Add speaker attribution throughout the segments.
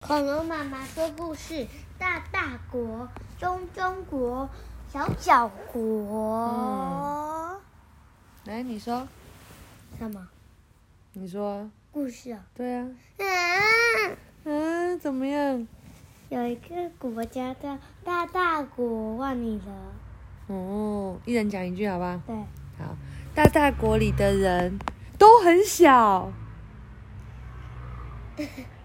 Speaker 1: 恐龙妈妈说故事：大大国、中中国、小小国。
Speaker 2: 来，哎你说，
Speaker 1: 什么
Speaker 2: 你说，
Speaker 1: 故事啊？
Speaker 2: 对啊，
Speaker 1: 嗯，
Speaker 2: 嗯，怎么样？
Speaker 1: 有一个国家叫大大国，忘你了。
Speaker 2: 哦，一人讲一句，好吧？
Speaker 1: 对，
Speaker 2: 好，大大国里的人都很 小，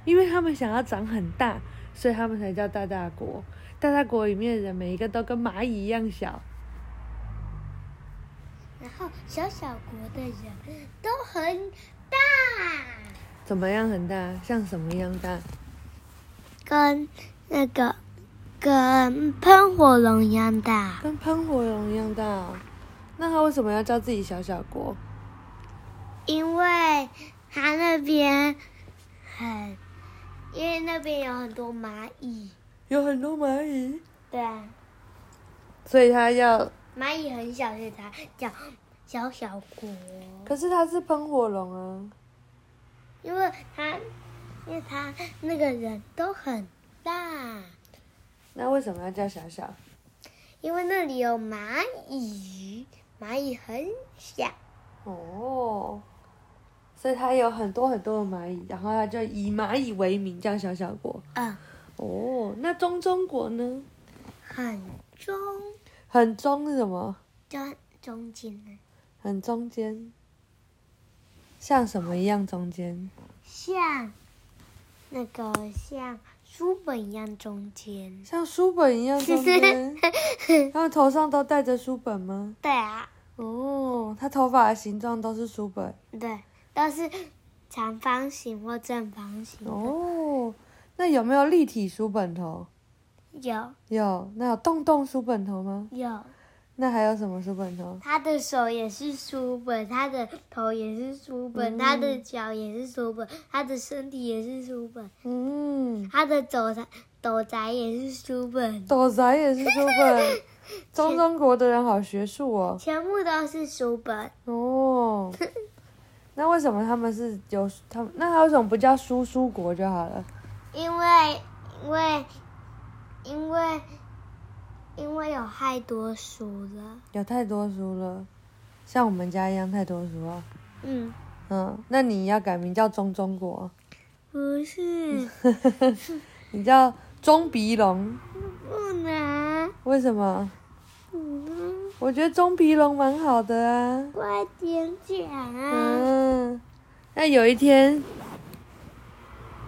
Speaker 2: 因为他们想要长很大，所以他们才叫大大国。大大国里面的人每一个都跟蚂蚁一样小，
Speaker 1: 然后小小国的人都很大，
Speaker 2: 怎么样很大？像什么样大？
Speaker 1: 跟那个跟喷火龙一样大。
Speaker 2: 跟喷火龙一样大、哦。那他为什么要叫自己小小国？
Speaker 1: 因为它那边很，因为那边有很多蚂蚁，
Speaker 2: 有很多蚂蚁，
Speaker 1: 对啊，
Speaker 2: 所以他要。
Speaker 1: 蚂蚁很小，所以它叫小小国。
Speaker 2: 可是他是喷火龙啊。
Speaker 1: 因为它，因为它那个人都很大，
Speaker 2: 那为什么要叫小小？
Speaker 1: 因为那里有蚂蚁，蚂蚁很小，
Speaker 2: 哦，所以它有很多很多的蚂蚁，然后它就以蚂蚁为名叫小小国。
Speaker 1: 嗯，
Speaker 2: 哦，那中中国呢？
Speaker 1: 很中，
Speaker 2: 很中是什么？
Speaker 1: 就嗯中间呢，
Speaker 2: 很中间，像什么一样中间？
Speaker 1: 像那个像书本一样中间。
Speaker 2: 像书本一样中 间。他们头上都戴着书本吗？
Speaker 1: 对啊。
Speaker 2: 哦，它头发的形状都是书本。
Speaker 1: 对，都是长方形或正方形的。
Speaker 2: 哦，那有没有立体书本头？
Speaker 1: 有
Speaker 2: 有，那有洞洞书本头吗？
Speaker 1: 有，
Speaker 2: 那还有什么书本头？
Speaker 1: 他的手也是书本，他的头也是书本，他的脚也是书本，他的身体也是书本，
Speaker 2: 嗯，
Speaker 1: 他的走宅斗宅也是书本，
Speaker 2: 斗宅也是书本。中中国的人好学术哦。
Speaker 1: 全部都是书本。
Speaker 2: 哦，那为什么他们是有他们？那他为什么不叫叔叔国就好了？
Speaker 1: 因为因为因为因为有太多书了，
Speaker 2: 有太多书了，像我们家一样太多书了。
Speaker 1: 嗯，
Speaker 2: 嗯，那你要改名叫中中国，
Speaker 1: 不是
Speaker 2: 你叫中鼻龙，
Speaker 1: 不能，
Speaker 2: 为什么？
Speaker 1: 嗯，
Speaker 2: 我觉得中鼻龙蛮好的啊。
Speaker 1: 快点讲啊！
Speaker 2: 嗯，那有一天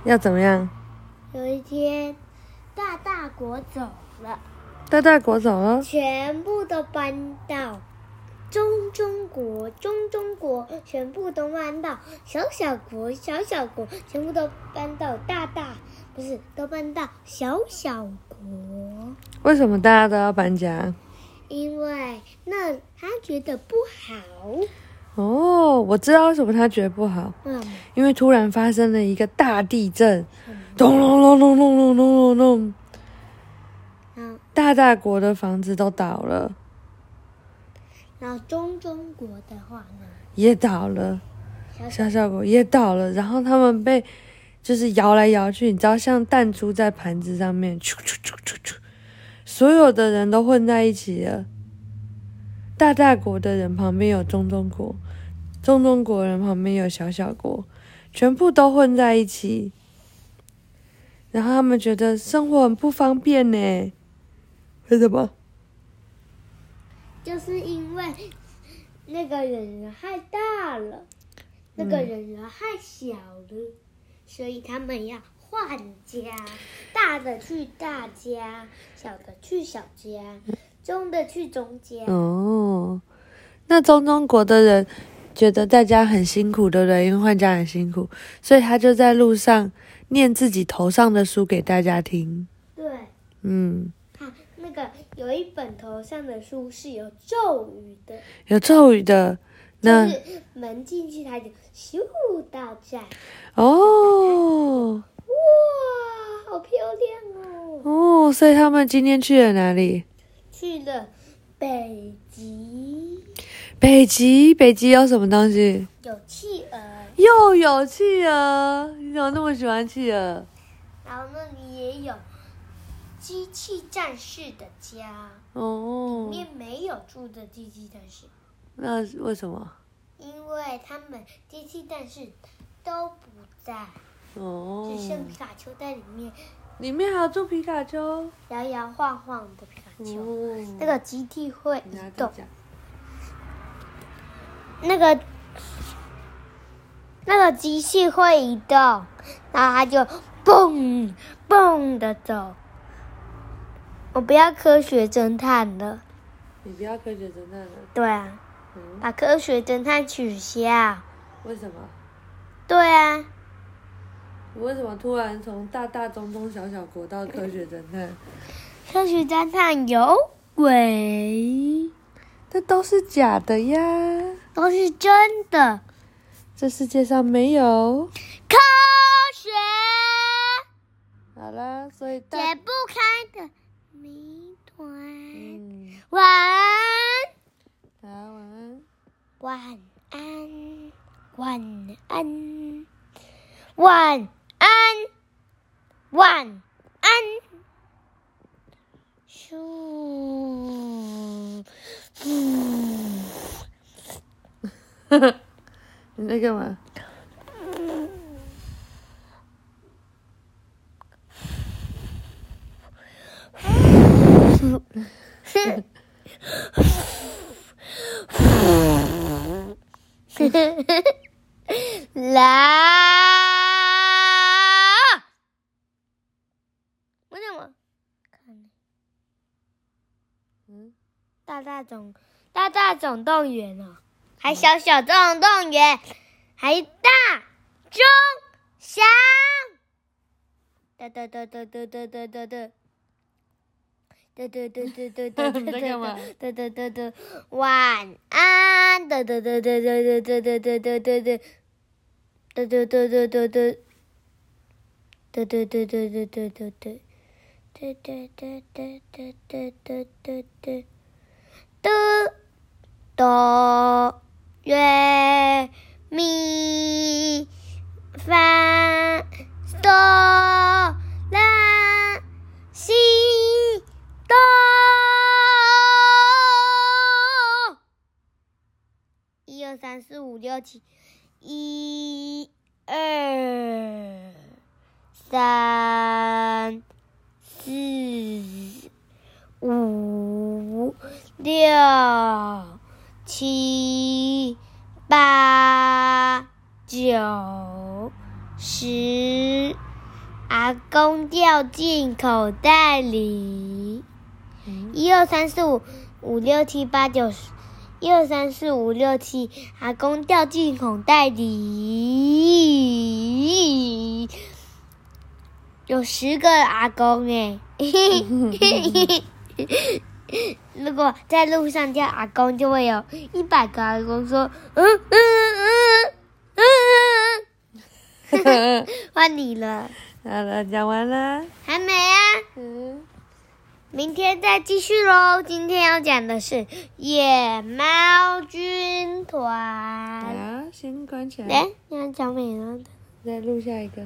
Speaker 2: 要怎么样？
Speaker 1: 有一天，大大国走了，
Speaker 2: 大大国走了。
Speaker 1: 全部都搬到中中国，中中国全部都搬到小小国，小小国全部都搬到大大，不是都搬到小小国，
Speaker 2: 为什么大家都要搬家？
Speaker 1: 因为那他觉得不好。
Speaker 2: 哦，我知道为什么他觉得不好，
Speaker 1: 嗯，
Speaker 2: 因为突然发生了一个大地震，咚隆隆隆隆隆隆隆隆，
Speaker 1: 然后
Speaker 2: 大大国的房子都倒了，
Speaker 1: 然后中中国的话呢，
Speaker 2: 也倒了，
Speaker 1: 小小
Speaker 2: 小小国也倒了，然后他们被就是摇来摇去，你知道像弹珠在盘子上面，咻咻咻咻咻，所有的人都混在一起了。大大国的人旁边有中中国，中中国人旁边有小小国，全部都混在一起。然后他们觉得生活很不方便呢，为什么？
Speaker 1: 就是因为那个人人太大了，那个人人太小了，所以他们要换家，大的去大家，小的去小家，中的去中间。
Speaker 2: 哦，那中中国的人觉得大家很辛苦，对不对？因为换家很辛苦，所以他就在路上念自己头上的书给大家听。
Speaker 1: 对，
Speaker 2: 嗯，
Speaker 1: 看那个有一本头上的书是有咒语的，
Speaker 2: 有咒语的。那
Speaker 1: 就是门进去它就咻到站，
Speaker 2: 哦
Speaker 1: 哇，好漂亮哦！
Speaker 2: 哦，所以他们今天去了哪里？
Speaker 1: 去了北极。
Speaker 2: 北极，北极有什么东西？
Speaker 1: 有企鹅，
Speaker 2: 又有企鹅，你怎么那么喜欢企鹅？
Speaker 1: 然后那里也有机器战士的家，里
Speaker 2: 哦，
Speaker 1: 面没有住的机器战士，
Speaker 2: 那为什么？
Speaker 1: 因为他们机器战士都不在，
Speaker 2: 哦
Speaker 1: 只，剩皮卡丘在里面
Speaker 2: 里面还有住皮卡丘，哦，
Speaker 1: 摇摇晃晃的皮卡
Speaker 2: 嗯
Speaker 1: 丘。那
Speaker 2: 那
Speaker 1: 个基地会
Speaker 2: 你要
Speaker 1: 移
Speaker 2: 再
Speaker 1: 动，
Speaker 2: 讲，
Speaker 1: 那个那个机器会移动，然后它就蹦蹦的走。我不要科学侦探了，
Speaker 2: 你不要科学侦探了，
Speaker 1: 对啊，
Speaker 2: 嗯，
Speaker 1: 把科学侦探取消。
Speaker 2: 为什么？
Speaker 1: 对啊，
Speaker 2: 你为什么突然从大大中中小小国到科学侦探？
Speaker 1: 科学侦探有鬼，
Speaker 2: 这都是假的呀，
Speaker 1: 都是真的。
Speaker 2: 这世界上没有。
Speaker 1: 科学
Speaker 2: 好啦，所以大
Speaker 1: 解不开的谜团。
Speaker 2: 嗯，
Speaker 1: 晚安。
Speaker 2: 好，晚安。
Speaker 1: 晚安，晚安，晚安，晚安，咻，
Speaker 2: 你在干 嘛？
Speaker 1: 啦！我怎么看呢？
Speaker 2: 嗯，
Speaker 1: 大大总大大总动员哦，还小小总动员，还大中小。哒哒哒哒哒哒哒哒哒。哒哒哒哒哒哒
Speaker 2: 你在干嘛
Speaker 1: 哒哒哒哒哒，晚安。哒哒哒哒哒哒哒哒哒哒哒哒。哒哒哒哒哒哒。哒哒哒哒哒哒哒哒。哒哒哒哒哒哒哒哒哒。的哆瑞咪发哆啦西哆。一二三四五六七，一二三四五六七八九十，阿公掉进口袋里。一二三四五五六七八九十，一二三四五六七，阿公掉进口袋里。有十个阿公 哎、如果在路上叫阿公，就会有一百个阿公说：“嗯嗯嗯嗯嗯。嗯”换你了，
Speaker 2: 好了，讲完啦。
Speaker 1: 还没啊？
Speaker 2: 嗯，
Speaker 1: 明天再继续喽。今天要讲的是野猫军团。
Speaker 2: 好，先关起
Speaker 1: 哎、
Speaker 2: 来，
Speaker 1: 你要讲美了。
Speaker 2: 再录下一个。